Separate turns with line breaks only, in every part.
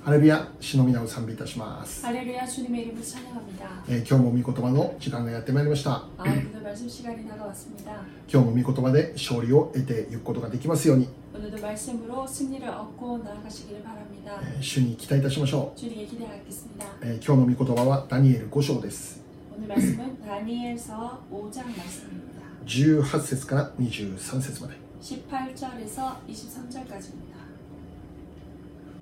할렐루야 주의 이름을 찬비이다시 마스
할렐루야 주님의 이름을 찬양합니다.
예, 今日も御言葉の時間がやってまいりました。
아, 오늘도 말씀 시간이 다가왔습니다.
今日も御言葉で勝利を得ていくことができますように、
오늘도 말씀으로 승리를 얻고 나아가시기를 바랍니다.
えー主に期待いたしましょ
주님께 기대하겠습니다.
う。えー今日の御言葉はダニエル5章です。
오늘 말씀은 다니엘서 5장 말씀입니다.
18節から23節まで。
18절에서 23절까지입니다.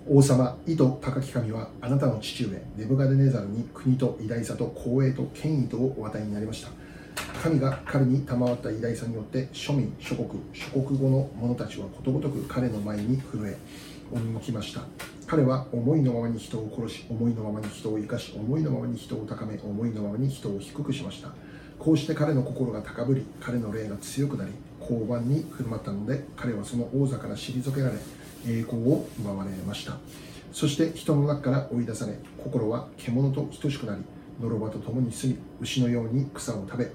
王様、井戸高き神はあなたの父上、ネブカデネザルに国と偉大さと光栄と権威とをお与えになりました。神が彼に賜った偉大さによって庶民、諸国、諸国語の者たちはことごとく彼の前に震え、赴きました。彼は思いのままに人を殺し、思いのままに人を生かし、思いのままに人を高め、思いのままに人を低くしました。こうして彼の心が高ぶり、彼の霊が強くなり、交番に振る舞ったので、彼はその王座から退けられ、栄光を奪われましたそして人の中から追い出され心は獣と等しくなり呪場と共に住み牛のように草を食べ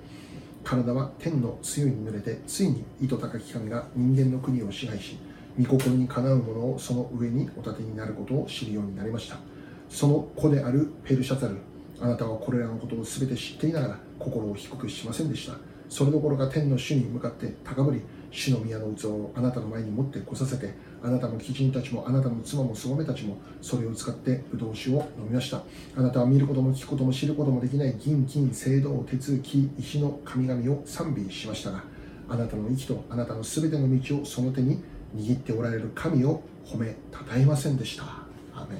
体は天の露に濡れてついに糸高き神が人間の国を支配し御心にかなうものをその上にお立てになることを知るようになりましたその子であるペルシャザルあなたはこれらのことを全て知っていながら心を低くしませんでしたそれどころか天の主に向かって高ぶり主の宮の器をあなたの前に持ってこさせてあなたの貴人たちもあなたの妻もすごめたちもそれを使ってブドウ酒を飲みましたあなたは見ることも聞くことも知ることもできない銀金青銅鉄木石の神々を賛美しましたがあなたの息とあなたのすべての道をその手に握っておられる神を褒めたたえませんでしたアーメン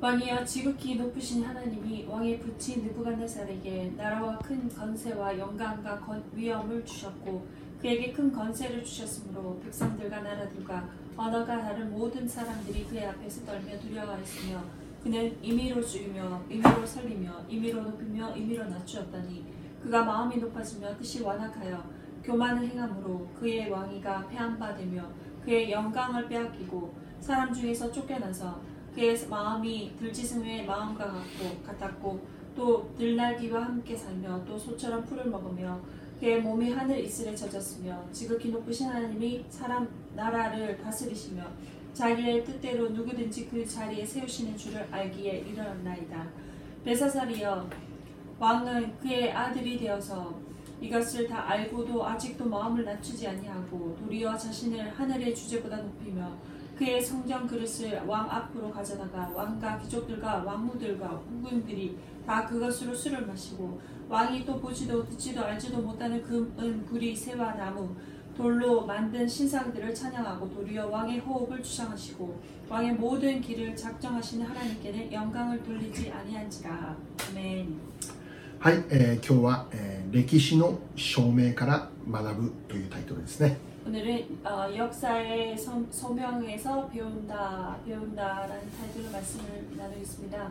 왕이여 지극히 높으신 하나님이 왕의 부친 느부갓네살에게 나라와 큰 건세와 영광과 건- 위엄을 주셨고 그에게 큰 건세를 주셨으므로 백성들과 나라들과 언어가 다른 모든 사람들이 그의 앞에서 떨며 두려워했으며 그는 임의로 죽이며 임의로 살리며 임의로 높이며 임의로 낮추었더니 그가 마음이 높아지며 뜻이 완악하여 교만을 행함으로 그의 왕위가 폐한바되며 그의 영광을 빼앗기고 사람 중에서 쫓겨나서 그의 마음이 들지승의 마음과 같고 같았고 또 들날기와 함께 살며 또 소처럼 풀을 먹으며 그의 몸이 하늘 이슬에 젖었으며 지극히 높으신 하나님이 사람 나라를 다스리시며 자기의 뜻대로 누구든지 그 자리에 세우시는 줄을 알기에 이르렀나이다. 베사살이여 왕은 그의 아들이 되어서 이것을 다 알고도 아직도 마음을 낮추지 아니하고 도리어 자신을 하늘의 주제보다 높이며 그의 성전 그릇을 왕 앞으로 가져다가 왕과 귀족들과 왕후들과 군군들이 다 그것으로 술을 마시고 왕이 또 보지도 듣지도 알지도 못하는 금은 구리 새와 나무 돌로 만든 신상들을 찬양하고 도리어 왕의 호흡을 주장하시고 왕의 모든 길을 작정하시는 하나님께는 영광을 돌리지 아니한지라 아멘.
はい、えー今日は、えー歴史の証明から学ぶというタイトルですね、
오늘은 어, 역사의 서, 소명에서 배운다 배운다라는 타이틀로 말씀을 나누겠습니다.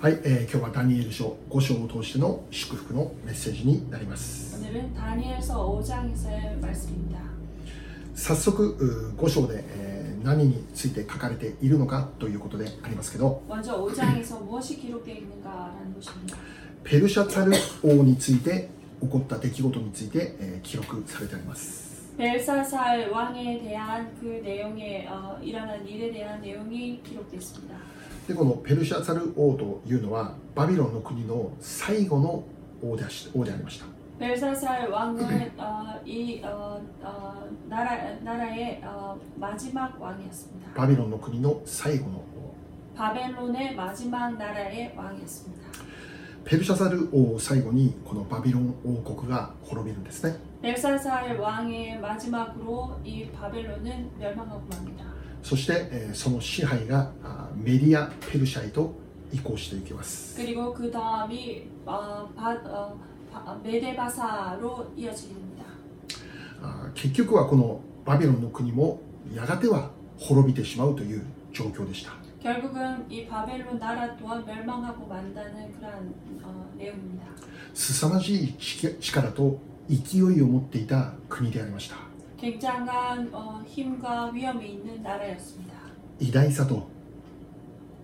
はいえー今日はダニエル書5章を通しての祝福のメッセージになります
오늘은 다니엘서 5장에서의 말씀입니다.
早速5章で、えー何について書かれているのかということでありますけど
먼저 5장에서 무엇이 기록되어 있는가라는 것입니다.
ペルシャツァル王について起こった出来事について、えー記録されてあります
벨사살 왕에 대한 그 내용에 어, 일어난 일에 대한 내용이 기록되어 있습니다.
でこのペルシャツァル王というのはバビロンの国の最後の王であし王でありました
벨사살 왕은 어, 이 어, 어, 나라 나라의 어, 마지막 왕이었습니다.
バビロンの国の最後の王
바벨론의 마지막 나라의 왕이었습니다.
ペルシャザル王を最後にこのバビロン王国が滅びるんですね
벨사살 왕의 마지막으로 이 바벨론은 멸망하고 맙니다.
そして、えーその支配があーメディア・ペルシャへと移行していきます
그리고 그 다음이 어, 바, 어, 바- 메데바사로 이어집니다.
あー結局はこのバビロンの国もやがては滅びてしまうという状況でした
결국은 이 바벨론 나라 또한 멸망하고 만다는 그러한 어, 내용입니다.
凄まじい力力と勢いを持っていた国でありました
굉장한 어, 힘과 위험이 있는 나라였습니다.
偉大さと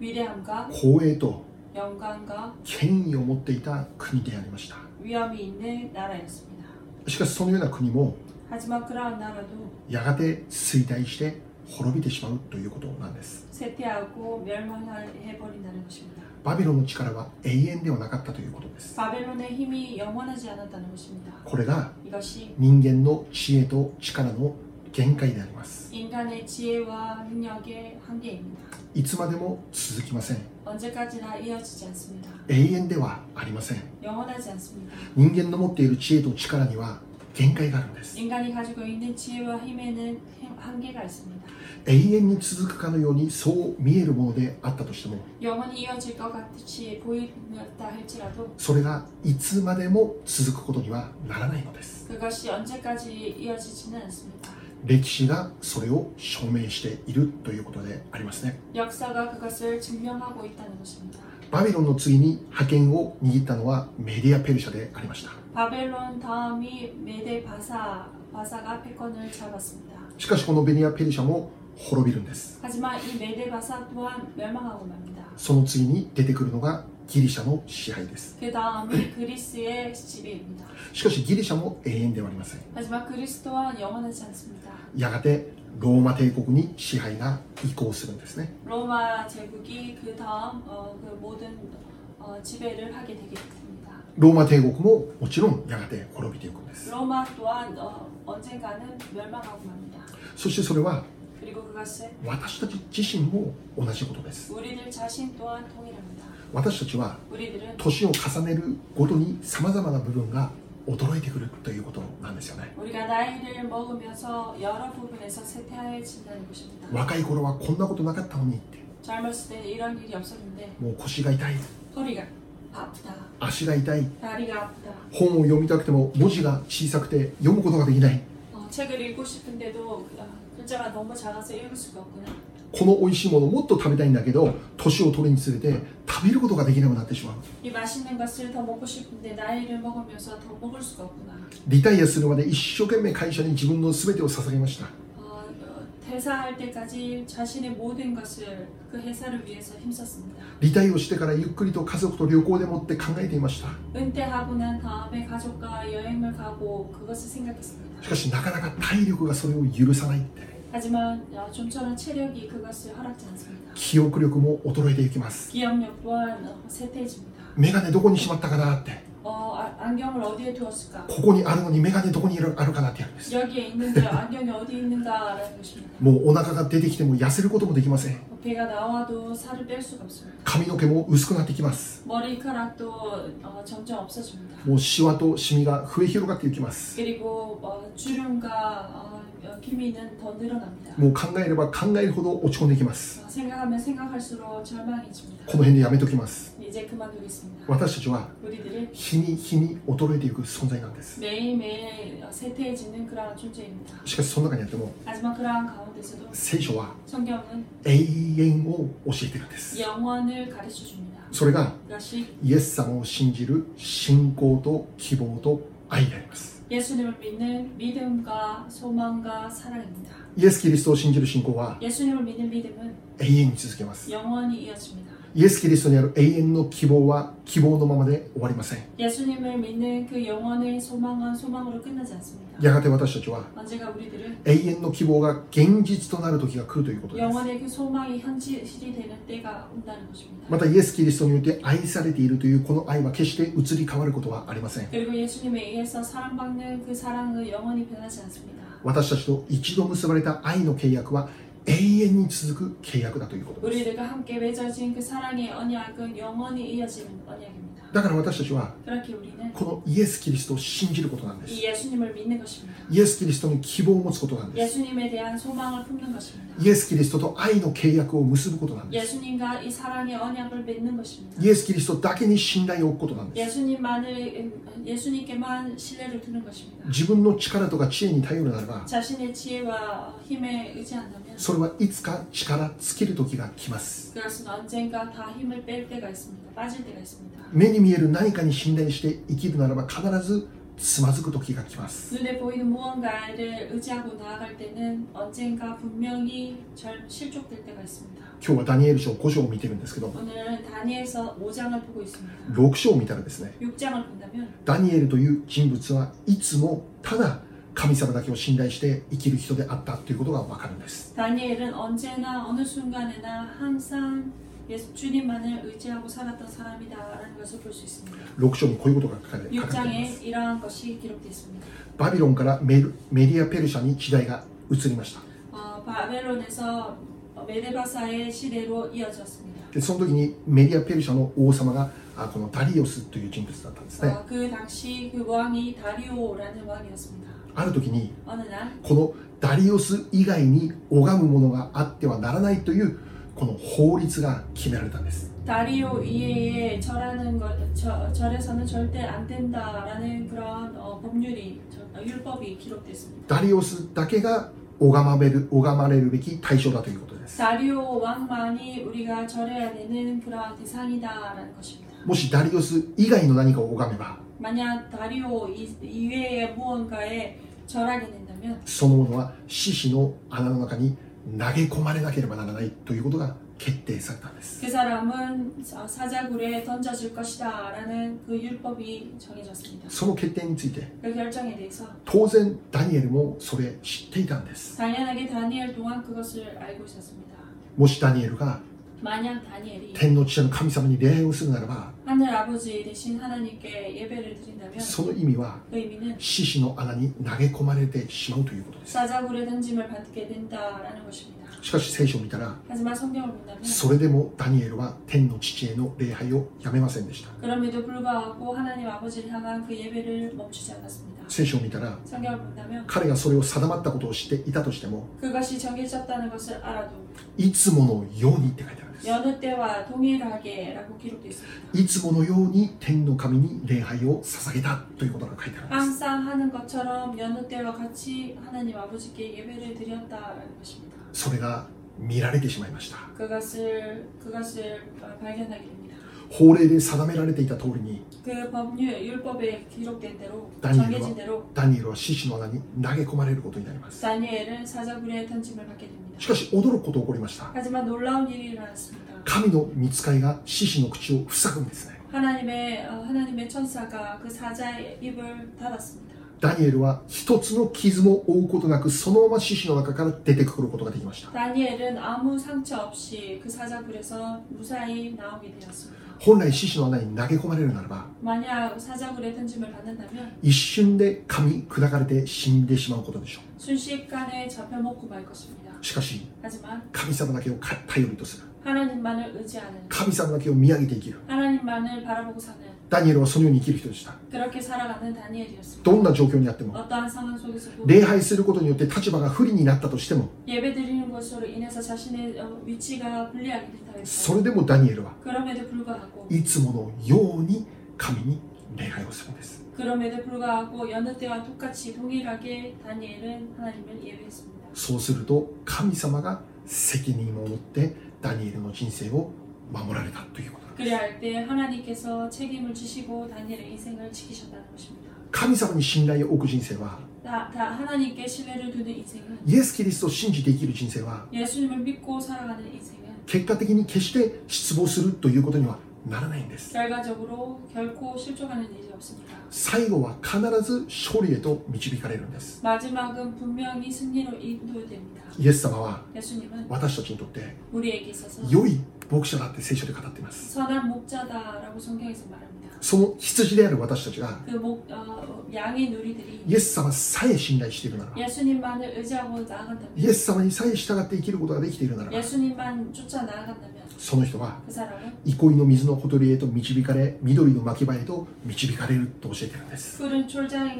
위대함과
光栄と
영광과
権威を持っていた国でありました
위험이 있는 나라였습니다.
しかしそのような国も
하지만 그러한 나라도
やがて衰退して滅びてしまうということなんです。
쇠퇴하고 멸망해버린다는 것입니다.
バビロンの力は永遠ではなかったということです。
바벨론의 힘이 영원하지 않았다는 것입니다.
これが
이것이
人間の知恵と力の限界であります。
인간의 지혜와 능력의 한계입니다.
いつまでも続きません。
언제까지나 이어지지 않습니다.
永遠ではありません。
영원하지 않습니다.
人間の持っている知恵と力には限界があるんです。
인간이 가지고 있는 지혜와 힘에는 행- 한계가 있습니다.
永遠に続くかのようにそう見えるものであったとしても、
영원히 이어질 것 같이 보였다 할지라도
それがいつまでも続くことにはならないのです。
그것이 언제까지 이어지지는 않습니다.
歴史がそれを証明しているということでありますね。
역사가 그것을 증명하고 있다는 것입니다.
バビロンの次に覇権を握ったのはメディアペルシャでありました。
바벨론 다음이 메데 바사 바사가 패권을 잡았습니다.
しかしこのベニアペルシャも滅びるんです。
하지만 이 메데 바사 또한 멸망하고 맙니다.
その次に出てくるのがギリシャの支配です。
그 다음이 그리스의 지배입니다.
しかしギリシャも永遠ではありません。
하지만 그리스 또한 영원하지 않습니다.
やがてローマ帝国に支配が移行するんですね。
로마 제국이 그 다음 어, 그 모든 어, 지배를 하게 되게 됩니다.
ローマ帝国ももちろんやがて滅びていくんです。
로마 또한 어, 언젠가는 멸망하고 맙니다.
そしてそれは
그리고 그것은
私たち自身も同じことです。
우리들 자신 또한 통일합니다.
私たちは
우리들은
年を重ねるごとに様々な部分が衰えてくるということなんですよね。
우리가 나이를 먹으면서 여러 부분에서 쇠퇴해진다는 것입니다.
若い頃はこんなことなかったのにって、
젊었을 때 이런 일이 없었는데
もう腰が痛い、
허리가 아프다,
足が痛い、
다리가 아프다,
本を読みたくても文字が小さくて読むことができない、
어, 책을 읽고 싶은데도 아, 글자가 너무 작아서 읽을 수가 없구나.
この美味しいものもっと食べたいんだけど、年を取るにつれて食べることができなくなってしまう。
이 맛있는 것을 더 먹고 싶은데 나이를 먹으면서 더 먹을 수가 없구나.
リタイアするまで一生懸命会社に自分の全てを捧げました。
어, 어, 퇴사할 때까지 자신의 모든 것을 그 회사를 위해서 힘썼습니다.
リタイアをしてからゆっくりと家族と旅行でもって考えていました
은퇴하고 난 다음에 가족과 여행을 가고 그것을 생각했습니다.
しかしなかなか体力がそれを許さないって
하지만 어, 좀처럼 체력이 그것을 허락지 않습니다.
記憶力も衰えていきます
기억력 또한 어, 쇠퇴해집니다.
メガネどこにしまったかなって
어, 아- 안경을 어디에 두었을까?
ここにあるのにメガネどこにあるかなってやるんです
여기에 있는데 안경이 어디 있는가라는 것입니다.
もうお腹が出てきても痩せることもできません
어, 배가 나와도 살을 뺄 수가 없습니다.
髪の毛も薄くなってきます
머리카락도 어, 점점 없어집니다.
もうシワとシミが増え広がっていきます
그리고 어, 주름과 어, 어, 기미는 더 늘어납니다.
もう考えれば考えるほど落ち込んでいきます
어, 생각하면 생각할수록 절망해집니다.
この辺でやめときます
이제 그만두겠습니다.
私たちは
우리들은
日に日に衰えていく存在なんです
매일매일 쇠퇴해지는 그러한 존재입니다.
しかしその中にあっても
하지만 그러한 가운데서도
聖書は
성경은
永遠を教えてるんです
영원을 가르쳐 줍니다.
それが
그것이
イエス様を信じる信仰と希望と愛であります
예수님을 믿는 믿음과 소망과 사랑입니다.
イエス・キリストを信じる信仰は
예수님을 믿는 믿음은
永遠に続けます
영원히 이어집니다.
イエス・キリストにある永遠の希望は希望のままで終わりません
예수님을 믿는 그 영원의 소망은 소망으로 끝나지 않습니다.
やがて私たちは
언제가 우리들은
永遠の希望が現実となる時が来るということです
영원의 그 소망이 현실이 되는 때가 온다는 것입니다.
またイエス・キリストによって愛されているというこの愛は決して移り変わることはありません
그리고 예수님에 의해서 사랑받는 그 사랑은 영원히 변하지 않습니다.
私たちと一度結ばれた愛の契約は永遠に続く契約だということです
우리들과 함께 맺어진 그 사랑의 언약은 영원히 이어지는 언약입니다.
だから私たちは
그렇게 우리는
このイエス・キリストを信じることなんです
이 예수님을 믿는 것입니다.
イエス・キリストに希望を持つことなんです。
예수님에 대한 소망을 품는 것입니다.
イエス・キリストと愛の契約を結ぶことなんです。
예수님과 이 사랑의 언약을 맺는 것입니다.
イエス・キリストだけに信頼を置くことなんです。
예수님만을 예수님께만 신뢰를 두는 것입니다.
自分の力とか知恵に頼るならば、
자신의 지혜와 힘에 의지한다면
それはいつか力尽きる時が来ます。
그것은 언젠가 다 힘을 뺄 때가 있습니다. 빠질 때가 있습니다.
目に見える何かに信頼して生きるならば必ずつまずく時が来ます。
눈에 보이는 무언가를 의지하고 나아갈 때는 언젠가 분명히 절 실족될 때가 있습니다.
今日はダニエル書5章を見てるんですけど、
오늘은 다니엘서 5장을 보고 있습니다.
6章を見たらですね、
6장을 본다면
ダニエルという人物はいつもただ神様だけを信頼して生きる人であったということがわかるんです
다니엘은 언제나 어느 순간에나 항상 예수 주님만을 의지하고 살았던 사람이다라는 것을 볼 수 있습니다.
6章にこういうことが書かれています
6장에 이러한 것이 기록되어 있습니다.
バビロンからメルメディア・ペルシャに時代が移りました
어, 바벨론에서 메데바사의 시대로 이어졌습니다.
でその時にメディア・ペルシャの王様があこのダリオスという人物だったんですね
어, 그 당시 그 왕이 다리오라는 왕이었습니다.
ある時に
어느 날
このダリオス以外に拝むものがあってはならないというこの法律が決められたんです
다리오 이외에 절하는 것, 저, 절에서는 절대 안 된다라는 그런 어, 법률이 저- 어, 율법이 기록됐습니다.
ダリオスだけが拝まれる拝まれるべき対象だということです
다리오 왕만이 우리가 절해야 되는 그러한 대상이다라는 것입니다.
もしダリオス以外の何かを拝めば
만약 다리오 이- 이외의 무언가에 절하게 된다면
そのものは獅子の穴の中に投げ込まれなければならないということが決定されたんです
그 사람은 사- 사자굴에 던져질 것이다라는 그 율법이 정해졌습니다.
その決定について
그 결정에 대해서
当然ダニエルもそれ知っていたんです
당연하게 다니엘 동안 그것을 알고 있었습니다.
もしダニエルが
만약 다니엘이
天の父の神様に礼拝をするならば
하늘 아버지 대신 하나님께 예배를 드린다면
その意味は
그 의미는
獅子の穴に投げ込まれてしまうということです
사자굴에 던짐을 받게 된다라는 것입니다.
しかし聖書を見たら
하지만 성경을 본다면
それでもダニエルは天の父への礼拝をやめませんでした
그럼에도 불구하고 하나님 아버지를 향한 그 예배를 멈추지 않았습니다.
聖書を見たら
성경을 본다면
彼がそれを定まったことを知っていたとしても
그것이 정해졌다는 것을 알아도
いつものようにって書いてあるんです
여느 때와 동일하게라고 기록되어 있습니다.
いつものように天の神に礼拝を捧げたということが書いてあるんです
항상 하는 것처럼 여느 때와 같이 하나님 아버지께 예배를 드렸다라는 것입니다.
それが見られてしまいました
그것을 그것을 발견하게 됩니다.
法令で定められていた通りに
그 법률 율법에 기록된 대로
다니엘과-
정해진 대로
ダニエルは獅子の穴に投げ込まれることになります
다니엘은 사자굴에 던짐을 받게 됩니다.
しかし驚くこと起こりました
하지만 놀라운 일이 일어났습니다.
神の御使いが獅子の口を塞ぐんですね
하나님의 어, 하나님의 천사가 그 사자의 입을 닫았습니다.
ダニエルは一つの傷も負うことなくそのまま獅子の中から出てくることができました
다니엘은 아무 상처 없이 그 사자굴에서 무사히 나오게 되었습니다.
本来獅子の穴に投げ込まれるならば
만약 사자굴에 던짐을 받는다면
一瞬で噛み砕かれて死んでしまうことでしょ
순식간에 잡혀먹고 말 것입니다.
うしかし
하지만
神様だけを頼りとする
하나님만을 의지하는
神様だけを見上げて生きる
하나님만을 바라보고 사는
ダニエルはそのように生きる人でした
그렇게 살아가는 다니엘이었습니다.
どんな状況にあっても
어떠한 상황 속에서도
礼拝することによって立場が不利になったとしても
예배드리는 것으로 인해서 자신의 어, 위치가 불리하게 된다
そ
해서
れでもダニエルは
그럼에도 불구하고
いつものように神に礼拝をするんです
그럼에도 불구하고 여느 때와 똑같이 동일하게 다니엘은 하나님을 예배했습니다.
そうすると神様が責任を持ってダニエルの人生を守られたということなんです
그래야 할 때 하나님께서 책임을 지시고 다니엘의 인생을 지키셨다는 것입니다.
神様に信頼を置く人生は
다, 다 하나님께 신뢰를 두는 인생은
イエス・キリストを信じて生きる人生は
예수님을 믿고 살아가는 인생은
結果的に決して失望するということにはならないんです
결과적으로 결코 실족하는 일이 없습니다.
最後は必ず勝利へと導かれるんです
마지막은 분명히 승리로 인도됩니다.
イエス様は
예수님은
私たちにとって
우리에게 있어서
良い牧者だって聖書で語っています
선한 목자다라고 성경에서 말합니다.
その羊である私たちが
그 목 어, 양의
イ
누리들이
エス様さえ信頼しているなら
예수님만을 의지하고 나아간다면
イエス様にさえ従って生きることができているなら
예수님만 쫓아 나아간다면
その人は
그 사람은
憩いの水のほとりへと導かれ緑の牧場へと導かれると教えているんです
푸른 졸장에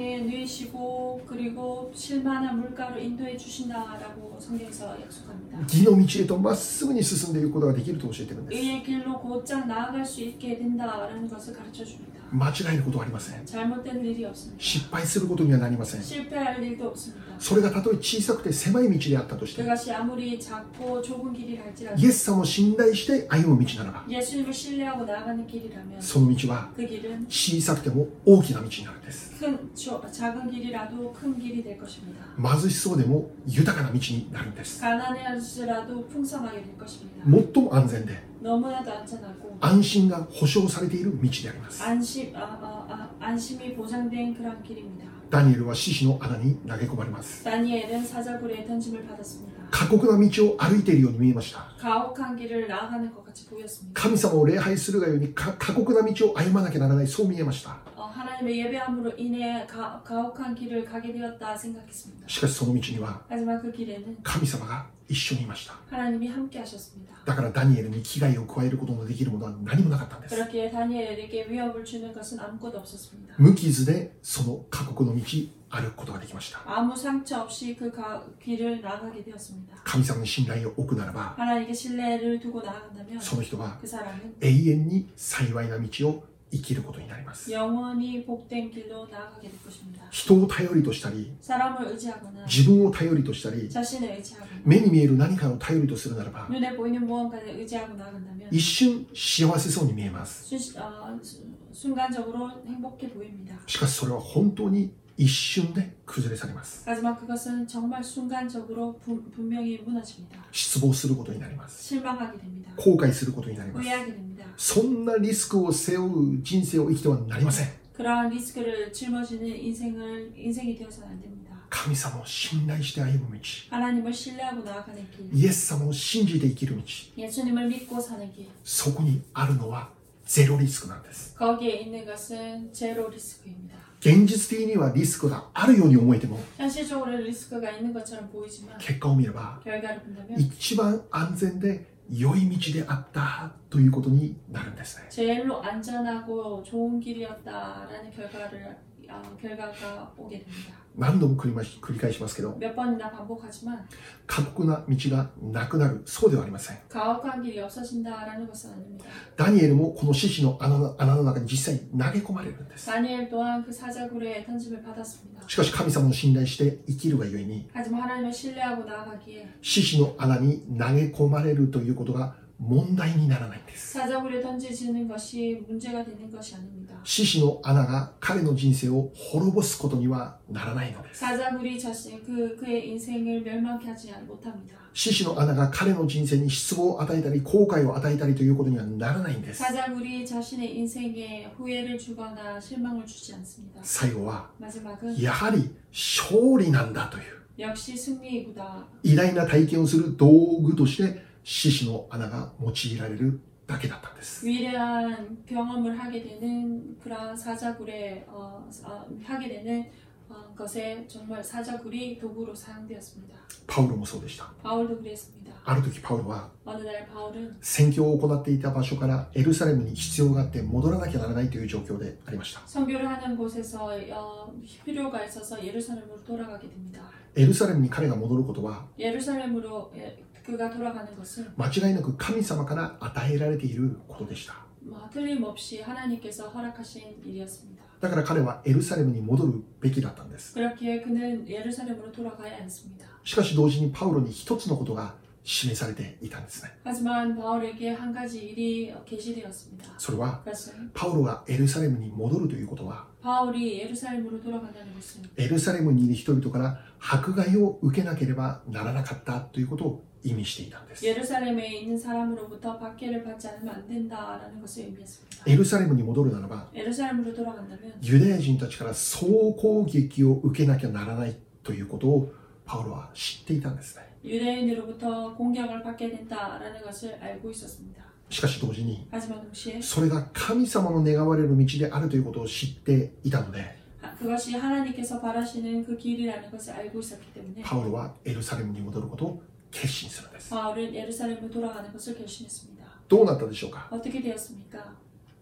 누이시고 그리고 실만한 물가로 인도해 주신다라고 성경에서 약속합니다.
義の道へとまっすぐに進んでいくことができると教えているんです
의의 길로 곧장 나아갈 수 있게 된다라는 것을 가르쳐 줍니다.
間違えることはありません
잘못된 일이 없습니다.
失敗することにはなりません
실패할 일도 없습니다.
それがたとえ小さくて狭い道であったとしても
그것이 아무리 작고 좁은 길이랄지라도
イエス様を信頼して歩む道ならば
예수님을 신뢰하고 나아가는 길이라면
その道は
그 길은
小さくても大きな道になるんです
큰 조- 작은 길이라도 큰 길이 될 것입니다.
貧しそうでも豊かな道になるんです 뭐?
가난할지라도 풍성하게 될 것입니다.
最も安全で
너무나도 안전하고
안심が保証されている道であります。
안심 아, 아, 아, 안심이 보장된 그런 길입니다.
ダニエルは獅子の穴に投げ込まれます。
다니엘은 사자굴에 던짐을 받았습니다.
過酷な道を歩いているように見えました。
가혹한 길을 나아가는 것 같이 보였습니다.
神様を礼拝するがようにか過酷な道を歩まなきゃならないそう見えました
어, 하나님의 예배함으로 인해 가, 가혹한 길을 가게 되었다 생각했습니다.
しかしその道には
하지만 그 길에는
神様が一緒にいました
하나님이 함께 하셨습니다.
だからダニエルに危害を加えることのできるものは何もなかったんです
그렇기에 다니엘에게 위협을 주는 것은 아무것도 없었습니다.
無傷でその過酷の道歩くことができました
아무 상처 없이 그 가, 길을 나가게 되었습니다.
神様に信頼を置くならば
하나님께 신뢰를 두고 나아간다면
その人は
그 사람은
永遠に幸いな道を生きることになります
영원히 복된 길로 나아가게 될 것입니다.
人を頼りとしたり
사람을 의지하거나
自分を頼りとしたり
자신을 의지하거나
目に見える何かを頼りとするならば
눈에 보이는 무언가를 의지하고 나간다면
一瞬幸せそうに見えます
순, 어, 수- 순간적으로 행복해 보입니다.
しかしそれは本当に一瞬で崩れ去ります
하지만 그것은 정말 순간적으로 부- 분명히 무너집니다.
失望することになります。
실망하게 됩니다.
後悔することになります。
후회하게 됩니다.
そんなリスクを背負う人生を生きてはなりません。
그러한 리스크를 짊어지는 인생을 인생이 되어서는 안 됩니다.
神様を信頼して歩む道、
하나님을 신뢰하고 나아가는 길,
イエス様を信じて生きる道、
예수님을 믿고 사는 길,
そこにあるのはゼロリスクなんです。
거기에 있는 것은 제로 리스크입니다.
現実的にはリスクがあるように思えても、
현실적으로 리스크가 있는 것처럼 보이지만
結果を見れば、
결과를 본다면
一番安全で良い道であったということになるんですね。
제일로 안전하고 좋은 길이었다라는 결과를 아, 결과가 오게 됩니다.
何度も繰りまし繰り返しますけど、
몇 번이나 반복하지만
過酷な道がなくなる、そうではありません。
가혹한 길이 없어진다라는 것은 아닙니다. ダ
ダニエルもこの獅子の穴の穴の中に実際に投げ込まれるんです。
니엘 또한 그 사자굴에 던짐을 받았습니다.
しかし神様を信頼して生きるがゆえに
하지만 하나님을 신뢰하고 나아가기에
獅子の穴に投げ込まれるということが問題にならないんです。
사자굴에 던지지는 것이 문제가 되는 것이 아닙니다.
獅子の穴が彼の人生を滅ぼすことにはならないのです。
사자굴이 자신 그 그의 인생을 멸망케 하지 못합니다.
獅子の穴が彼の人生に失望を与えたり後悔を与えたりということにはならないんです。
사자굴이 자신의 인생에 후회를 주거나 실망을 주지 않습니다.
最後は
마지막은
やはり勝利なんだという
역시 승리이구나.
偉大な体験をする道具として獅子の穴が用いられるだけだったんです。
위대한 경험을 하게 되는 그런 사자굴에 어, 어, 하게 되는 어, 것에 정말 사자굴이 도구로 사용되었습니다.
パウロもそうでした。
바울도 그랬습니다.
ある時パウロは
어느 날 바울은
宣教を行っていた場所からエルサレムに必要があって戻らなきゃならないという状況でありました
선교를 하는 곳에서 어, 필요가 있어서 예루살렘으로 돌아가게 됩니다.
エルサレムに彼が戻ることは
예루살렘으로 예, 그가 돌아가는 것은
間違いなく神様から与えられていることでした
뭐 틀림없이 하나님께서 허락하신 일이었습니다.
だから彼はエルサレムに戻るべきだったんです
그렇기에 그는 예루살렘으로 돌아가야 했습니다.
しかし同時にパウロに一つのことが示されていたんですね
하지만 바울에게 한 가지 일이 계시되었습니다.
それは
그것은
パウロがエルサレムに戻るということは
바울이 예루살렘으로 돌아간다는 것은
エルサレムにいる人々から迫害を受けなければならなかったということを意味していたんです
예루살렘에 있는 사람으로부터 박해를 받지 않으면 안 된다라는 것을 의미했습니다.
エルサレムに戻るならば
예루살렘으로 돌아간다면
ユダヤ人たちから総攻撃を受けなきゃならないということをパウロは知っていたんですね。
유대인으로부터 공격을 받게 된다라는 것을 알고 있었습니다.
しかし同時に
하지만 동시에
それが神様の願われる道であるということを知っていたので
하- 그것이 하나님께서 바라시는 그 길이라는 것을 알고 있었기 때문에
パウロはエルサレムに戻ることを決心するんです。
바울은 예루살렘으로 돌아가는 것을 결심했습니다.
どうなったでしょうか
어떻게 되었습니까?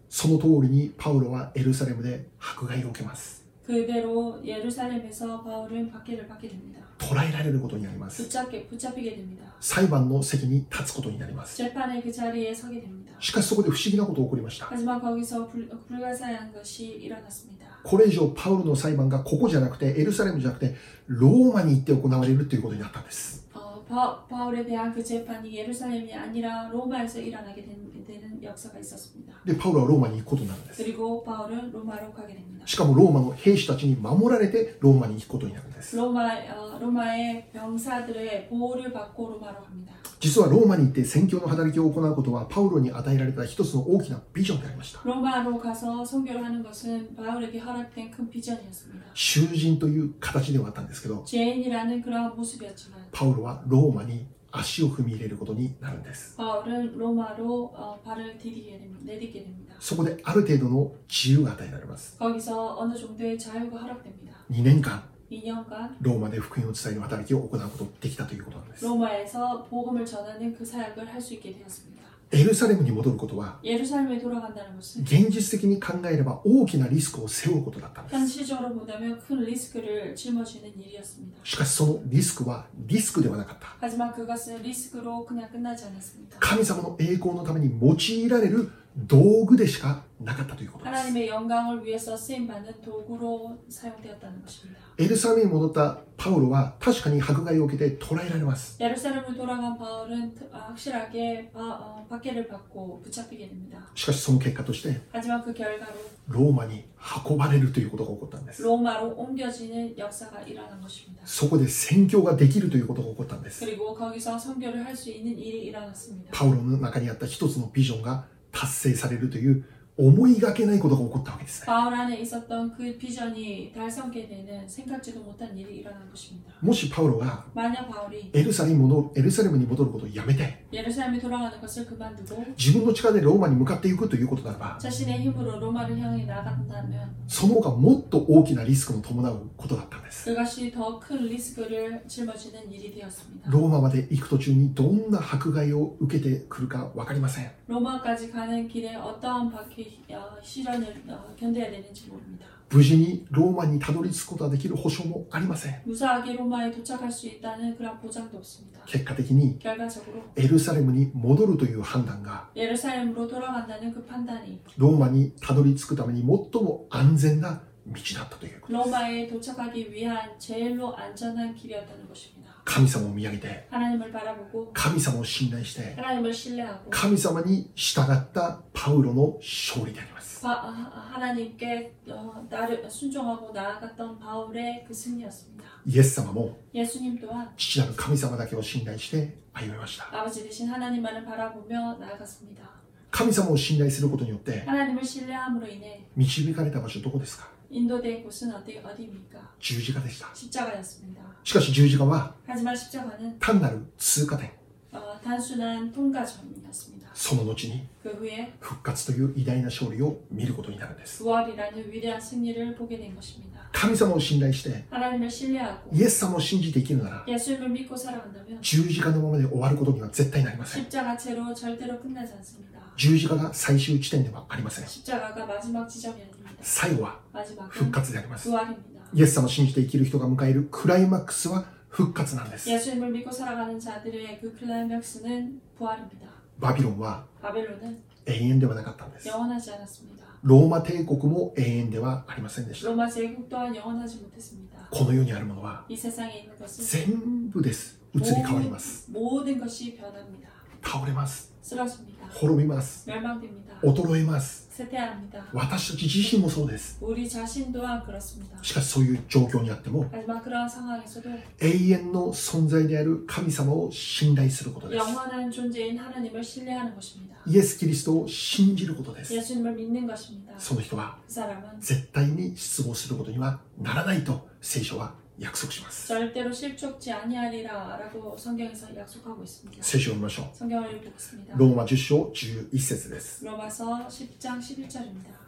その通りにパウロはエルサレムで迫害を受けます。
그대로 예루살렘에서 바울은 박해를 받게 됩니다.
捕らえられることになります。
붙잡게 붙잡히게 됩니다.
裁判の席に立つことになります。
재판의 그 자리에 서게 됩니다.
しかしそこで不思議なことが起こりました。
하지만 거기서 불, 불가사의한 것이 일어났습니다.
これ以上パウロの裁判がここじゃなくてエルサレムじゃなくてローマに行って行われるということになったんです
어, 바, 바울에 대한 그 재판이 예루살렘이 아니라 로마에서 일어나게 된, 되는 역사가 있었습니다.
でパウロはローマに行くことになるんです
그리고 바울은 로마로 가게 됩니다.
しかもローマの兵士たちに守られてローマに行くことになるんです
로마, 어, 로마의 병사들의 보호를 받고 로마로 갑니다.
実はローマに行って宣教の働きを行うことはパウロに与えられた一つの大きなビジョンでありました
로마로 가서 선교를 하는 것은 바울에게 허락된 큰 비전이었습니다.
囚人という形ではあったんですけど
죄인이라는 그러한 모습이었지만
パウロはローマに足を踏み入れることになるんです
바울은 로마로 어, 발을 디디게 됩- 내딛게 됩니다.
そこである程度の自由が与えられます
거기서 어느 정도의 자유가 허락됩니다.
2年間
2년간
ローマで福音を伝える働きを行うことができたということなんです
로마에서 복음을 전하는 그 사역을 할 수 있게 되었습니다.
エルサレムに戻ることは
예루살렘에 돌아간다는 것은
現実的に考えれば大きなリスクを背負うことだったんです
현실적으로 본다면 큰 리스크를 짊어지는 일이었습니다.
しかしそのリスクはリスクではなかった
하지만 그것은 리스크로 그냥 끝나지 않았습니다.
神様の栄光のために用いられる道具でしかなかったということです
하나님의 영광을 위해서 쓰임 받는 도구로 사용되었다는 것입니다.
エルサレムに戻ったパウロは確かに迫害を受けて捕らえられます
예루살렘으로 돌아간 바울은 트- 아, 확실하게 바, 어, 박해를 받고 붙잡히게 됩니다.
しかしその結果として
하지만 그 결과로
ローマに運ばれるということが起こったんです
로마로 옮겨지는 역사가 일어난 것입니다.
そこで宣教ができるということが起こったんです
그리고 거기서 선교를 할 수 있는 일이 일어났습니다.
パウロの中にあった一つのビジョンが達成されるという思いがけないことが起こったわけですね
바울 안에 있었던 그 비전이 달성게 되는 생각지도 못한 일이 일어난 것입니다.
もしパウロが
만약 바울이
エルサレムに戻るエルサレムに戻ることをやめて
예루살렘에 돌아가는 것을 그만두고
自分の力でローマに向かっていくということならば
자신의 힘으로 로마를 향해 나간다면
その他もっと大きなリスクも伴うことだったんです
그것이 더 큰 리스크를 짊어지는 일이 되었습니다.
ローマまで行く途中にどんな迫害を受けてくるか分かりません
로마까지 가는 길에 어떠한 바퀴 어, 시련을 어, 견뎌야 되는지 모릅니다.
無事にローマにたどり着くことができる保証もありません
무사하게 로마에 도착할 수 있다는 그런 보장도 없습니다.
結果的に
결과적으로
エルサレムに戻るという判断が
예루살렘으로 돌아간다는 그 판단이
ローマにたどり着くために最も安全な道だったということです
로마에 도착하기 위한 제일로 안전한 길이었다는 것입니다.
神様を見上げて
하나님을 바라보고
神様を信頼して
하나님을 신뢰하고
神様に従ったパウロの勝利であります
바- 아, 하나님께 어, 나를 순종하고 나아갔던 바울의 그 승리였습니다.
イエス様も
예수님 또한
父なる神様だけを信頼して歩みました
아버지 대신 하나님만을 바라보며 나아갔습니다.
神様を信頼することによって
하나님을 신뢰함으로 인해
導かれた場所どこですか
인도된 곳은 어디, 어디입니까?
十字架でした
십자가였습니다.
しかし十字架は
하지만 십자가는
単なる通過点
어, 단순한 통과점이었습니다.
その後に
그 후에
復活という偉大な勝利を見ることになるんです
부활이라는 위대한 승리를 보게 된 것입니다.
神様を信頼して
하나님을 신뢰하고
イエス様を信じて生きるなら
예수님을 믿고 살아간다면
十字架のままで終わることには絶対なりません
십자가체로 절대로 끝나지 않습니다.
十字架が最終地点ではありません
십자가가 마지막 지점이 아닙니다.
最後は復
마지막은
活であります
부활입니다.
イエス様を信じて生きる人が迎えるクライマックスは復活なんです。
예수님을 믿고 살아가는 자들의 그 클라이맥스는 부활입니다.
バビロンは
바벨론은
永遠ではなかったんです。
영원하지 않았습니다.
ローマ帝国も永遠ではありませんでした。
로마 제국 또한 영원하지 못했습니다.
この世にあるものは
이 세상에 있는 것은
全部です。移り変わります。
모든 것이 변합니다.
倒れます。
쓰러집니다.
滅びます。
멸망됩니다.
衰えます。
쇠퇴합니다.
私たち自身もそうです。
우리 자신 또한 그렇습니다.
しかしそういう状況にあっても
하지만 그러한 상황에서도
永遠の存在である神様を信頼することです。
영원한 존재인 하나님을 신뢰하는 것입니다.
イエス・キリストを信じることです。
예수님을 믿는 것입니다.
その人は
그 사람은
絶対に失望することにはならないと聖書は約束します。
절대로 실족지 아니하리라라고 성경에서 약속하고 있습니다.
聖書を見ましょう。
성경을 읽겠습니다.
ローマ10章11節です。
로마서 10장 11절입니다.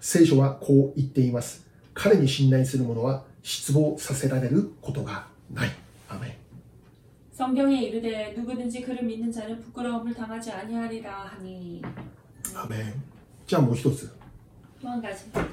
聖書はこう言っています。彼に信頼する者は失望させられることがない。アーメン
성경에 이르되 누구든지 그를 믿는 자는 부끄러움을 당하지 아니하리라 하니
アーメンじゃあもう一つ。
또 한 가지입니다.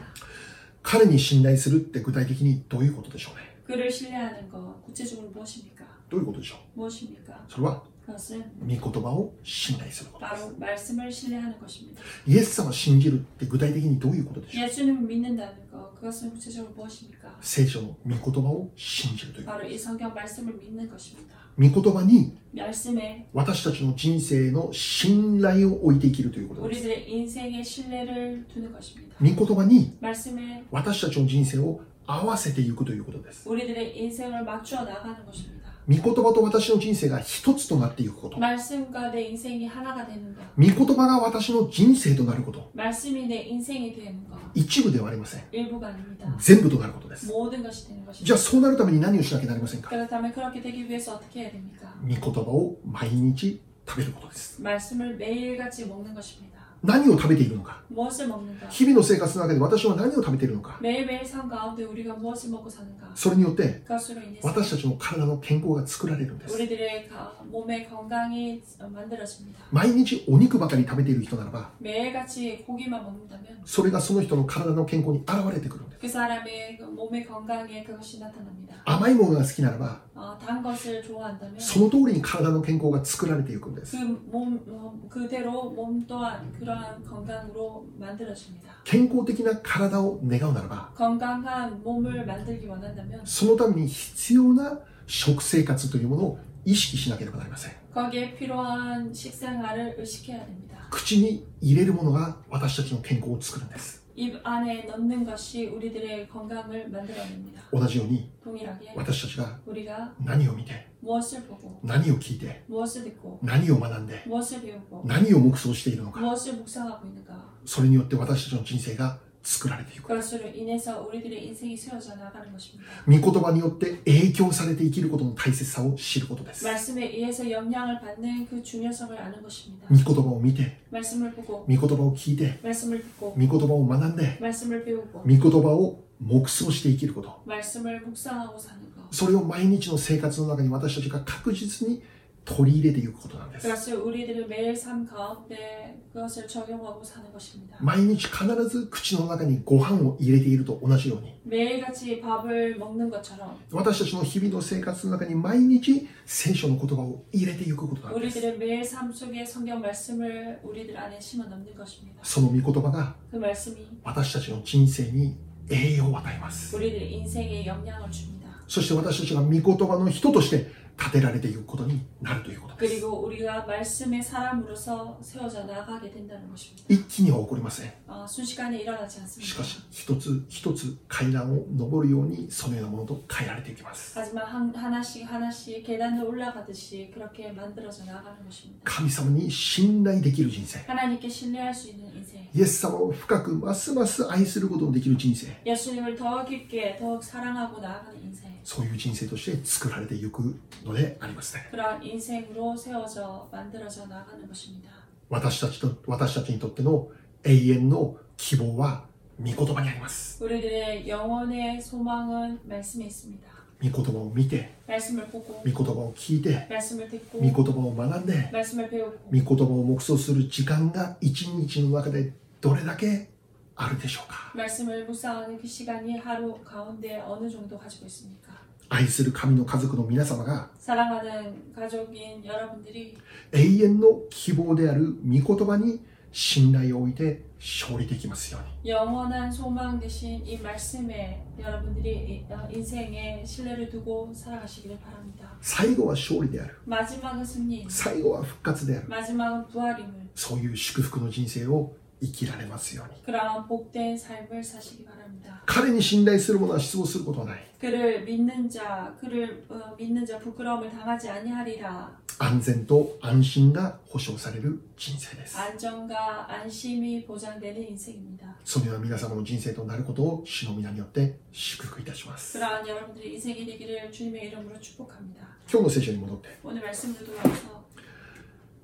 彼に信頼するって具体的にどういうことでしょうね。
그를 신뢰하는 것 구체적으로 무엇입니까?
どういうことでしょう
무엇입니까?
それは、
그것은
御言葉を信頼することです
바로 말씀을 신뢰하는 것입니다.
イエス様を信じるって具体的にどういうことでしょう
예수님을 믿는다는 것 그것은 구체적으로 무엇입니까?
聖書の御言葉を信じるというこ
바로 이 성경 말씀을 믿는 것입니다.
と。御言葉に
말씀에
私たちの人生の信頼を置いて生きるということです。
우리들의 인생에 신뢰를 두는 것입니다.
御言葉に
말씀에
私たちの人生を合わせていくということです。
우리들의 인생을 맞추어 나가는 것입니다.
御言葉と私の人生が一つとなっていくこと。
말씀과 내 인생이 하나가 되는 것.
御言葉が私の人生となること。
말씀이 내 인생이 되는 것.
一部ではありません。
일부가 아닙니다.
全部となることです。
모든 것이 되는
じゃあ
것입니다.
そうなるために何をしなきゃなりませんか
그렇다면 그렇게 되기 위해서 어떻게 해야 됩니까?
御言葉を毎日食べることです。
말씀을 매일같이 먹는 것입니다.
何を食べているのか
무엇을 먹는가?
日々の生活の中で私は何を食べているのか
매일매일 삶 가운데 우리가 무엇을 먹고 사는가?
それによって
그것으로 인해서
私たちの体の健康が作られるんです。
우리들의 가- 몸의 건강이 만들어집니다.
毎日お肉ばかり食べている人ならば、
매일같이 고기만 먹는다면
それがその人の体の健康に現れてくるんです。
그 사람의 그 몸의 건강에 그것이 나타납니다.
甘いものが好きならば、
어, 단 것을 좋아한다면
その通りに体の健康が作られていくんです
그 。 몸, 어, 그대로 몸 또한 그러한 건강으로 만들어집니다.
健康的な体を願うならば、
건강한 몸을 만들기 원한다면
そのために必要な食生活というものを意識しなければなりません。
거기에 필요한 식생활을 의식해야 됩니다.
口に入れるものが私たちの健康を作るんです。
입 안에 넣는 것이 우리들의 건강을 만들어냅니다.
同じように、
동일하게
私たちが
우리가
何を見て、
무엇을 보고
何を聞いて、
무엇을 듣고
何を学んで、
무엇을 배우고
何を黙想しているのか、
무엇을 묵상하고 있는가
それによって私たちの人生が作られていく。
그것으로 인해서 우리들의 인생이 세워져 나가는 것입니다.
御言葉によって影響されて生きることの大切さを知ることです。
말씀에 의해서 영향을 받는 그 중요성을 아는 것입니다.
御言葉を見て、
말씀을 보고
御言葉を聞いて、
말씀을 듣고
御言葉を学んで、
말씀을 배우고
御言葉を黙想して生きること。
말씀을 묵상하고 사는 것
それを毎日の生活の中に私たちが確実に取り入れていくことなんです。
그것을 우리들의 매일 삶 가운데 그것을 적용하고 사는 것입니다.
毎日必ず口の中にご飯を入れていると同じように、
매일같이 밥을 먹는 것처럼
私たちの日々の生活の中に毎日聖書の言葉を入れていくことなんです。
우리들의 매일 삶 속에 성경 말씀을 우리들 안에 심어 넣는 것입니다.
その御言葉が
그 말씀이
私たちの人生に栄養を与えます。
우리들의 인생에 영향을 줍니다.
そして私たちが御言葉の人として立てられていくことになるということです
그리고 우리가 말씀의 사람으로서 세워져 나가게 된다는 것입니다.
一気には起こりません
어, 순식간에 일어나지
し
않습니다.
かし一つ一つ階段を上るようにそのようなものと変えられていきます
하지만 한- 하나씩 하나씩 계단을 올라가듯이 그렇게 만들어져 나가는 것입니다.
神様に信頼できる人生
하나님께 신뢰할 수 있는 인생,
イエス様を深くますます愛することのできる人生
예수님을 더 깊게 더욱 사랑하고 나아가는 인생,
そういう人生として作られていくのでありますね
그러한 인생으로 세워져 만들어져 나가는 것입니다.
私たちと私たちにとっての永遠の希望は御言葉にあります
우리들의 영혼의 소망은 말씀에 있습니다.
御言葉を見て
말씀을 보고,
御言葉を聞いて
말씀을 듣고,
御言葉を学んで
말씀을 배우고,
御言葉を黙想する時間が一日の中でどれだけあるでしょうか
말씀을 묵상하는 그 시간이 하루 가운데 어느 정도 가지고 있습니까?
愛する神の家族の皆様が
사랑하는 가족인 여러분들이
永遠の希望である御言葉に信頼を置いて勝利できますように
영원한 소망 대신 이 말씀에 여러분들이 이- 어, 인생에 신뢰를 두고 살아가시기를 바랍니다.
最後は勝利である
마지막은 승리,
最後は復活である
마지막은 부활임을
そういう祝福の人生を生きられますように
그러한 복된 삶을 사시기 바랍니다.
彼に信頼する者は失望することはない
그를 믿는 자, 그를 어, 믿는 자 부끄러움을 당하지 아니하리라.
安全と安心が保証される人生です
안정과 안심이 보장되는 인생입니다.
そのような皆様の人生となることを主の皆によって祝福いたします
그러한 여러분들의 인생이 되기를 주님의 이름으로 축복합니다.
今日の聖書に戻って
오늘 말씀을 돌아와서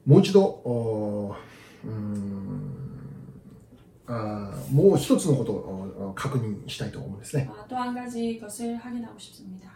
もう一度おーうーんあーもう一つのことをお確認したいと思うんですね。
아, 또 한 가지 것을 확인하고 싶습니다.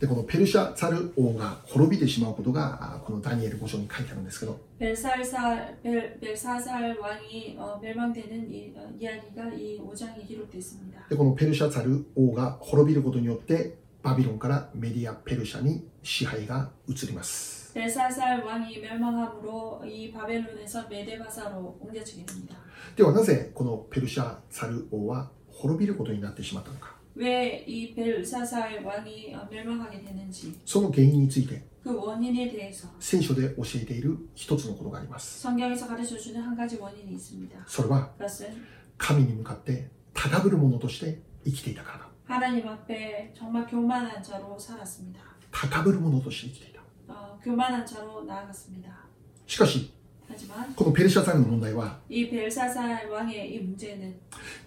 で、このペルシャツァル王が滅びてしまうことが、あーこのダニエル5章に書いてあるんですけど、
벨살살 벨, 벨사살 왕이 어, 멸망되는 이, 어, 이야기가 이 5장에 기록되어 있습니다.
で、このペルシャツァル王が滅びることによって、バビロンからメディア・ペルシャに支配が移ります。
벨사살 왕이 멸망함으로 이 바벨론에서 메데바사로 옮겨지게 됩니다.
では、なぜこのペルシャツァル王は滅びることになってしまったのか、
왜 이 벨사살 왕이 어, 멸망하게 되는지
その原因について、
그 원인에 대해서
聖書で教えている一つのことがあります。
성경에서 가르쳐 주는 한 가지 원인이 있습니다.
それは、
그것은
神に向かって高ぶる者として生きていたからだ
하나님 앞에 정말 교만한 자로 살았습니다.
高ぶる者として生きていた
어, 교만한 자로 나아갔습니다.
しかし
하지만
このペルシャザルの問題は
이 벨사살 왕의 이 문제는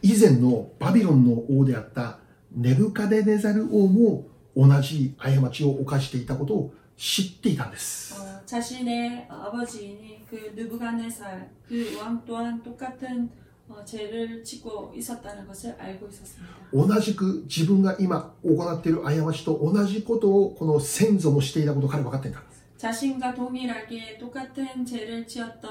以前のバビロンの王であったネブカデネザル王も同じ過ちを犯していたことを知っていたんです
어, 자신의 아버지인 그 느부갓네살 그 왕 또한 똑같은 어, 죄를 짓고 있었다는 것을 알고 있었습니다.
同じく自分が今行っている過ちと同じことをこの先祖もしていたことを彼は分かっていたんです
자신과 동일하게 똑같은 죄를 지었던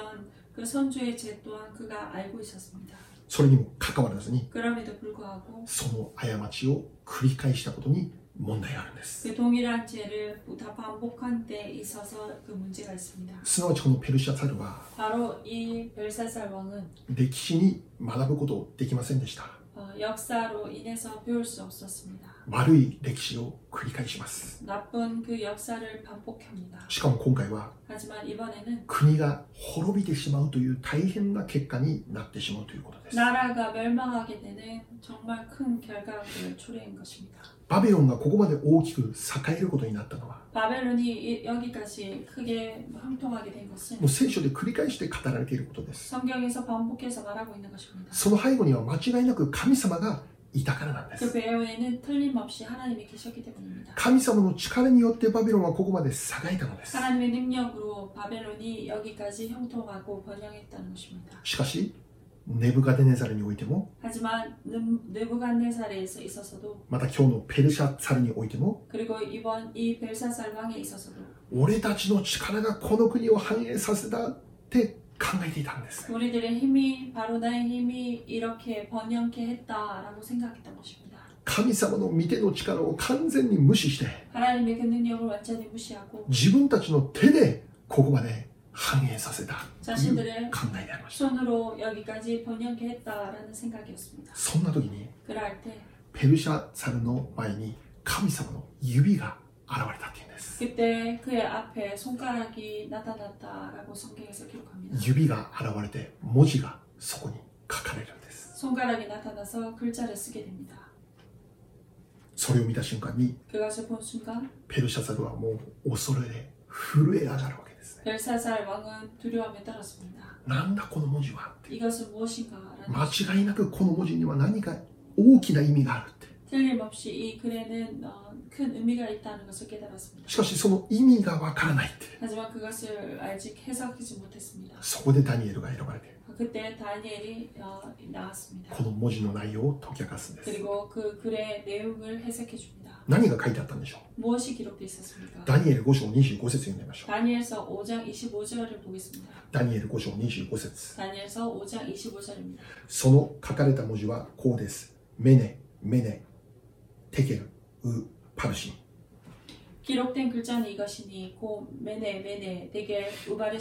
그 선주의 죄 또한 그가 알고 있었습니다.
それにもかかわらずに
그럼에도 불구하고
その過ちを繰り返したことに問題があるんです
그 동일한 죄를 다 반복한 데 있어서 그 문제가 있습니다.
すなわちこのペルシャザルは
바로 이 벨사살 왕은
歴史に学ぶことできませんでした
어, 역사로 인해서 배울 수 없었습니다.
悪い歴史を繰り返します
나쁜 그 역사를 반복합니다.
しかも今回は
하지만 이번에는
国が滅びてしまうという大変な結果になってしまうということです
나라가 멸망하게 되는 정말 큰 결과를 초래한 것입니다.
バビロンがここまで大きく栄えることになったのは
바벨론이 이- 여기까지 크게 형통하게 된 것은
もう聖書で繰り返して語られていることです
성경에서 반복해서 말하고 있는 것입니다.
その背後には間違いなく神様がいたからなんで
그
す
배후에는 틀림없이 하나님이 계셨기 때문입니다.
神様の力によってバビロンはここまで栄えたのです
하나님의 능력으로 바벨론이 여기까지 형통하고 번영했다는 것입니다.
しかしネブカデネザルにおいても
하지만 느- 느부갓네살에서 있어서도
また今日のペルシャザルにおいても
그리고 이번 이 벨사살 왕에 있어서도
俺たちの力がこの国を繁栄させたって考えていたんですね
우리들의 힘이 바로 나의 힘이 이렇게 번영케 했다라고 생각했던 것입니다.
神様の御手の力を完全に無視して
하나님의 그 능력을 완전히 무시하고
自分たちの手でここまで繁栄させたという考
자신들의
えでありました
손으로 여기까지 번영케 했다라는 생각이었습니다.
そんな時に
그럴 때
ペルシャザルの前に神様の指が現れたっていうんです
그때 그의 앞에 손가락이 나타났다라고 성경에서 기록합니다.
指が現れて文字がそこに書かれるんです
손가락이 나타나서 글자를 쓰게 됩니다.
それを見た瞬間に
그것을 본 순간
ペルシャザルはもう恐れで震え上がるわけですね
벨사살 왕은 두려움에 떨었습니다.
なんだこの文字はって
이것은 무엇인가라는
間違いなくこの文字には何か大きな意味があるって
틀림없이 이 글에는 어, 큰 의미가 있다는 것을 깨달았습니다.
しかしその意味がわからないって
하지만 그것을 아직 해석하지 못했습니다.
そこでダニエルが選ばれて
그때 다니엘이 어, 나왔습니다.
この文字の内容を解き明かすんです
그리고 그 글의 내용을 해석해 줍니다.
何が書いてあったんでしょ
무엇이 기록되어 있었습니까?
うダニエル5章25節読んでみましょう
다니엘서 5장 25절을 보겠습니다.
ダニエル5章25節
다니엘서 5장 25절입니다.
その書かれた文字はこうですメネメネテケルウパルシン
기록된 글자는 이것이니 곧 메네 메네 내게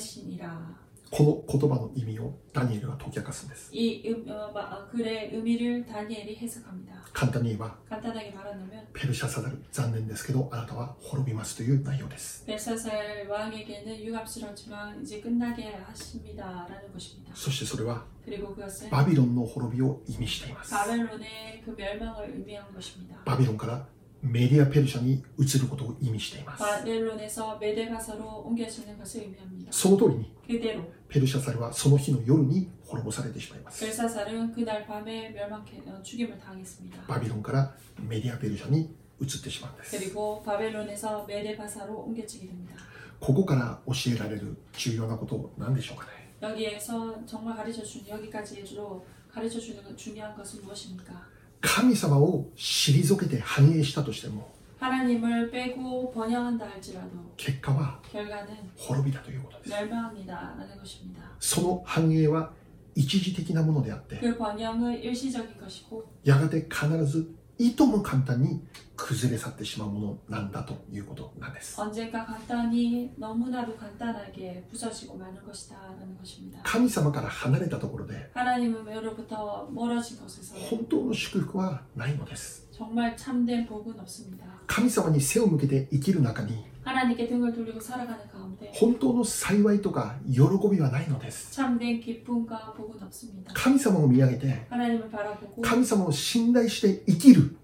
우바르시니라.
この言葉の意味をダニエルが解き明かすんです
이 음, 어, 마- 아, 글의 의미를 다니엘이 해석합니다.
簡単に言えば
간단하게 말하면
ペルシャサダル残念ですけどあなたは滅びますという内容です
벨사살 왕에게는 유감스럽지만 이제 끝나게 하십니다라는 것입니다.
そしてそれは
그리고 그것은
バビロンの滅びを意味しています
바벨론의 그 멸망을 의미한 것입니다.
バビロンからメディアペルシャに移ることを意味しています
바벨론에서 메데가사로 옮겨지는 것을 의미합니다.
その通りに
그대로
ペルシャサルはその日の夜に滅ぼされてしまいます
벨사살은 그날 밤에 멸망해 어, 죽임을 당했습니다.
バビロンからメディアペルシャに移ってしまうんです
그리고 바벨론에서 메데바사로 옮겨지게 됩니다.
ここから教えられる重要なこと何でしょうかね
여기에서 정말 가르쳐 준 여기까지로 가르쳐 주는 것- 중요한 것은 무엇입니까?
神様を退けて反映したとしても
하나님을 빼고 번영한다 할지라도
結果は
결과는
滅びだということです
멸망이다라는 것입니다.
その反映は一時的なものであって
그 번영은 일시적인 것이고
やがて必ずいとも簡単に崩れ去ってしまうものなんだということなんです
언젠가 간단히 너무나도 간단하게 부서지고 마는 것이다라는 것입니다.
神様から離れたところで
하나님으로부터 멀어진 곳에서
本当の祝福はないのです
정말 참된 복은 없습니다.
神様に背を向けて生きる中に
하나님께 등을 돌리고 살아가는 가운데
本当の幸いとか喜びはないのです
참된 기쁨과 복은 없습니다.
神様を見上げて
하나님을 바라보고
神様を信頼して生きる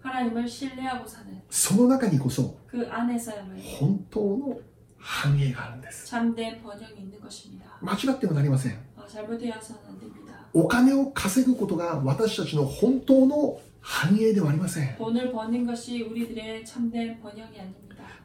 하나님을 신뢰하고 사는
その中にこそ
그 안에서야말로
本当の繁栄があるんです。
잠된 번영이 있는 것입니다.
間違ってはなりません。
아, 잘못되어서는 안 됩니다.
お金を稼ぐことが私たちの本当の繁栄ではありません。
돈을 버는 것이 우리들의 참된 번영이 아닙니다.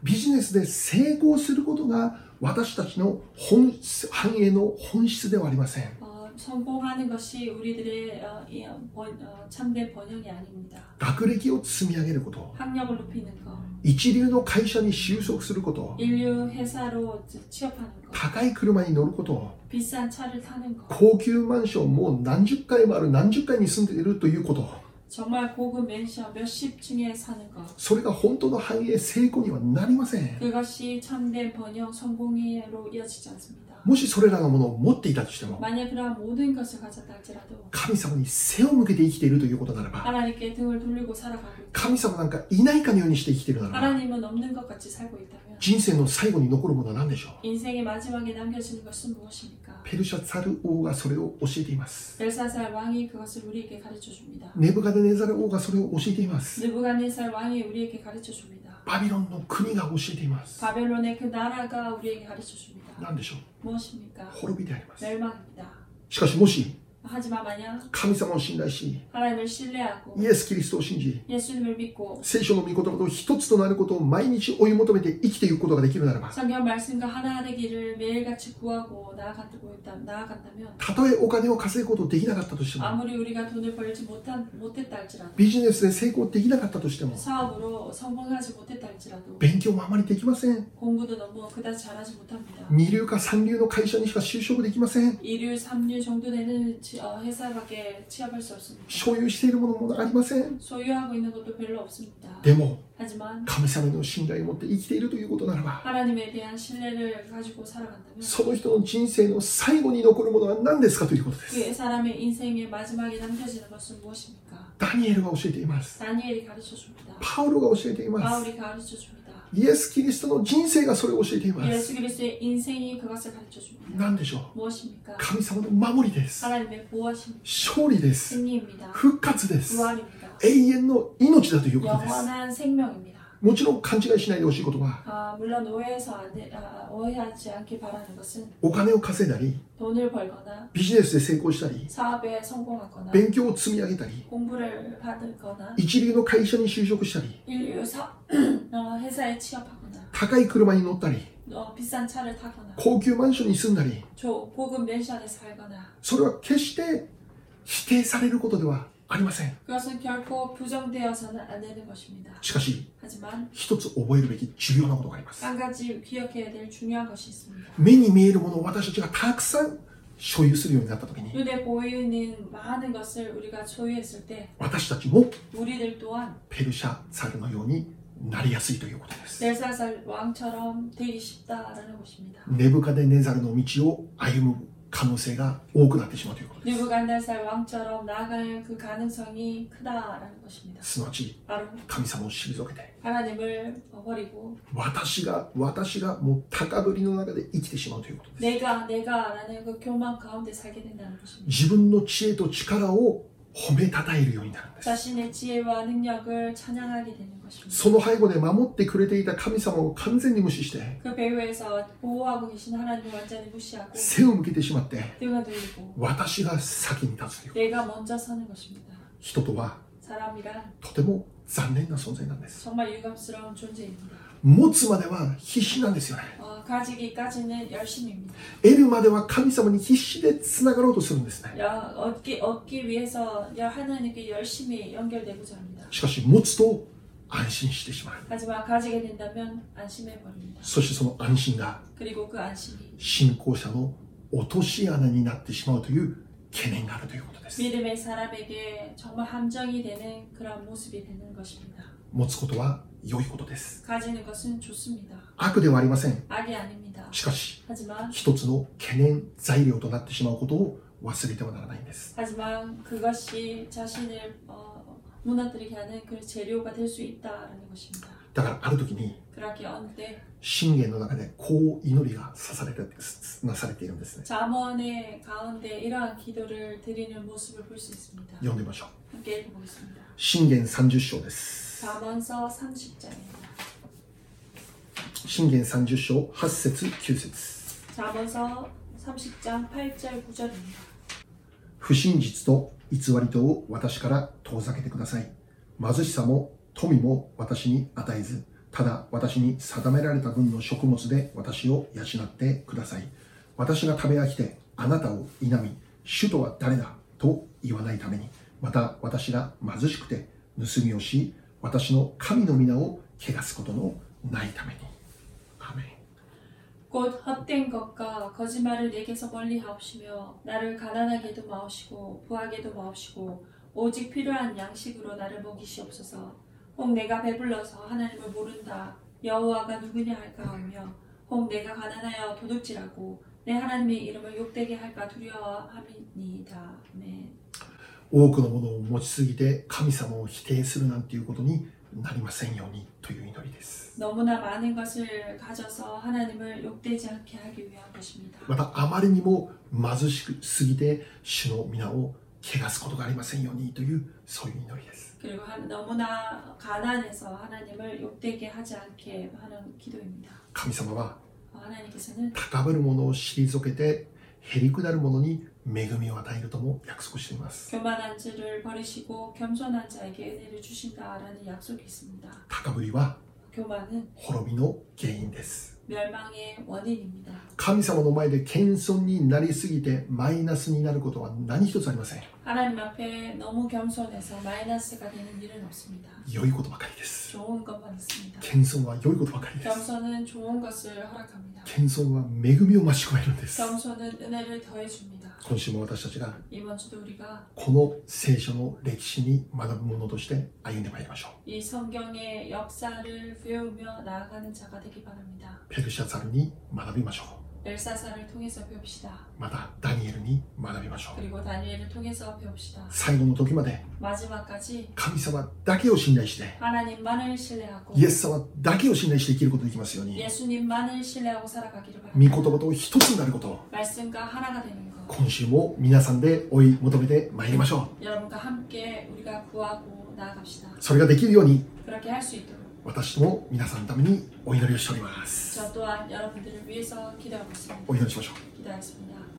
ビジネスで成功することが私たちの本質繁栄の本質ではありません。
어, 성공하는 것이 우리들의 어, 이, 어, 번- 어, 참된 번영이 아닙니다.
学歴を積み上げること、
학력을 높이는 것,
一流の会社に就職すること、
인류 회사로 지- 취업하는 것,
高い車に乗ること、
비싼 차를 타는 것,
高級マンションもう何十回もある何十回に住んでいるということ、
정말 고급 맨션 몇십 층에 사는 것,
それが本当の繁栄成功にはなりません。
그것이 참된 번영 성공으로 이어지지 않습니다.
もしそれらのものを持っていたとしても、
만약 그러한 모든 것을 가졌다 할지라도
神様に背を向けて生きているということならば、
하나님께 등을 돌리고 살아가고 있다.
神様なんかいないかのようにして生きているならば、
하나님은 없는 것 같이 살고 있다면
人生の最後に残るものは何でしょう
인생의 마지막에 남겨지는 것은 무엇입니까?
ペルシャツァル王がそれを教えています。
벨사살 왕이 그것을 우리에게 가르쳐 줍니다.
ネブカデネザル王がそれを教えています。
느부갓네살 왕이 우리에게 가르쳐 줍니다.
バビロンの国が教えています。
바벨론의 그 나라가 우리에게 가르쳐 줍니다.
何でしょう
무엇입니까?
滅びであります。
멸망입니다.
しかしもし、
하지만 만약
神様を信頼し、
하나님을 신뢰하고
イエス・キリストを信じ、
예수님을 믿고
聖書の御言葉と一つとなることを毎日追い求めて生きていくことができるならば、
성경 말씀과 하나 되기를 매일같이 구하고 나아가고 있다, 나아간다면
たとえお金を稼ぐことできなかったとしても、
아무리 우리가 돈을 벌지 못한, 못했다 할지라도
ビジネスで成功できなかったとしても、
사업으로 성공하지 못했다 할지라도
勉強もあまりできません。
공부도 너무 그다지 잘하지 못합니다.
二流か三流の会社にしか就職できません。
일류, 삼류 정도 되는 지- 어, 회사밖에 취업할 수 없습니다.
所有しているものもありません。
소유하고 있는 것도 별로 없습니다.
でも、
하지만
神様の信頼を持って生きているということならば
하나님에 대한 신뢰를 가지고 살아간다면
その人の人生の最後に残るものは何ですかということで
그
す
사람의 인생의 마지막에 남겨지는 것은 무엇입니까?
ダニエルが教えています
다니엘이 가르쳐 줍니다.
パウロが教えています
바울이 가르쳐 줍니다.
イエス・キリストの人生がそれを教えています
예수 그리스도의 인생이 그것을 가르쳐 줍니다.
何でしょう
무엇입니까?
神様の守りです
하나님의 보호하심,
勝利です
승리입니다.
復活です永
부활입니다.
遠の命だということです
영원한 생명입니다.
もちろん勘違いしないでほしいことは
아, 물론 오해해서 안 돼- 아, 오해하지 않길 바라는 것은
お金を稼いだり
돈을 벌거나
ビジネスで成功したり
사업에 성공하거나
勉強を積み上げたり
공부를 받거나
一流の会社に就職したり
인류 사, 어, 회사에 취업하거나
高い車に乗ったり
어, 비싼 차를 타거나
高級マンションに住んだり
저 고급 맨션에 살거나
それは決して否定されることではありません
그것은 결코 부정되어서는 안 되는 것입니다.
しかし
하지만
一つ覚えるべき重要なことがあります
한 가지 기억해야 될 중요한 것이 있습니다.
目に見えるものを私たちがたくさん所有するようになった時に
눈에 보이는 많은 것을 우리가 소유했을 때
私たちも
우리들 또한
ペルシャ猿のようになりやすいということです
넬살살 왕처럼 되기 쉽다라는 것입니다.
ネブカデネザルの道を歩む可能性が多くなってしまうということで
느부갓네살 왕처럼 나아갈 그 가능성이 크다라는 것입니다.
すすなわち
바로
神様を退けて
하나님을 버리고
私が私がもう高ぶりの中で生きてしまうということです
내가 내가라는 그 교만 가운데 살게 된다는 것입니다.
自分の知恵と力を褒めたたえるようになるんです
자신의 지혜와 능력을 찬양하게 되는 것입니다.
その背後で守ってくれていた神様を完全に無視して
그 배후에서 보호하고 계신 하나님을 완전히 무시하고
背を向けてしまって
등을 돌리고
私が先に立つという
내가 먼저 서는 것입니다.
人とは
사람이란
とても残念な存在なんです
정말 유감스러운 존재입니다.
持つまでは必死なんですよね
어, 가지기까지는 열심입니다.
得るまでは神様に必死でつながろうとするんですね
야, 얻기 얻기 위해서 야, 하나님께 열심히 연결되고자 합니다.
しかし持つと安心してしまう
하지만 가지게 된다면 안심해 버립니다.
そしてその安心が
그리고 그 안심이
信仰者の落とし穴になってしまうという懸念があるということです
믿음의 사람에게 정말 함정이 되는 그런 모습이 되는 것입니다.
持つことは良いことです
가지는 것은 좋습니다.
悪ではありません
악이 아닙니다.
しかし
하지만
一つの懸念材料となってしまうことを忘れてはならないんです
하지만 그것이 자신을 어, 무너뜨리게 하는 그 재료가 될 수 있다라는 것입니다.
だからある時に
그러기 언데
信玄の中でこう祈りがさされてなされているんですね
잠언의 가운데 이러한 기도를 드리는 모습을 볼 수 있습니다.
読んでみましょう
함께 읽어보겠습니다.
信玄30章です
잠언서 30장입니다.
信玄30章8節9節
잠언서 30장 8절 9절입니다.
不真実と偽りとを私から遠ざけてください貧しさも富も私に与えずただ私に定められた分の食物で私を養ってください私が食べ飽きてあなたを否み主とは誰だと言わないためにまた私が貧しくて盗みをし私の神の皆を汚すことのないためにアーメン
곧 헛된 것과 거짓말을 내게서 멀리 하옵시며 나를 가난하게도 마옵시고 부하게도 마옵시고 오직 필요한 양식으로 나를 먹이시옵소서. 혹 내가 배불러서 하나님을 모른다 여호와가 누구냐 할까 하며 혹 내가 가난하여 도둑질하고 내 하나님의 이름을 욕되게 할까 두려워함이니이다. 아멘.
多くのものを持ちすぎて神様を否定するなんていうことになりませんようにという祈りです
너무나 많은 것을 가져서 하나님을 욕되지 않게 하기 위한 것입니다.
またあまりにも貧しくすぎて主の皆を汚すことがありませんようにというそういう祈りです
그리고 한- 너무나 가난해서 하나님을 욕되게 하지 않게 하는 기도입니다.
神様は
어, 하나님께서는
高ぶるものを退けてへりくだるものに恵みを与えるとも約束しています
교만한 자를 버리시고 겸손한 자에게 은혜를 주신다라는 약속이 있습니다.
高ぶりは
교만은
滅びの原因です
멸망의 원인입니다.
神様の前で謙遜になりすぎてマイナスになることは何一つありません
하나님 앞에 너무 겸손해서 마이너스가 되는 일은 없습니다.
良いことばかりです
좋은 것만 있습니다.
謙遜は良いことばかりです
겸손은 좋은 것을 허락합니다.
謙遜は恵みを増し加えるんです。
겸손은 은혜를 더해줍니다.
今週も私たちが
이번 주도 우리가
この聖書の歴史に学ぶものとして歩んでまいりましょう。
이 성경의 역사를 배우며 나아가는 자가 되기 바랍니다.
ペルシャザルに学びましょ
벨사사를 통해서 배웁시다.
う。またダニエルに学びましょう。
그리고 다니엘을 통해서 배웁시다.
最後の時まで
마지막까지
神様だけを信頼して、
하나님만을 신뢰하고
イエス様だけを信頼して生きることができますように、
예수님만을 신뢰하고 살아가기를 바랍니다.
御言葉と一つになることを、
말씀과 하나가 되는 것.
今週も皆さんで追い求めてまいりましょ
여러분과 함께 우리가 구하고 나아갑시다.
う。それができるように、
그렇게 할 수 있도록
私も皆さんのためにお祈りをしております。
저 또한 여러분들을 위해서 기도하고 있습니다.
お祈りしましょう。
기도하겠습니다.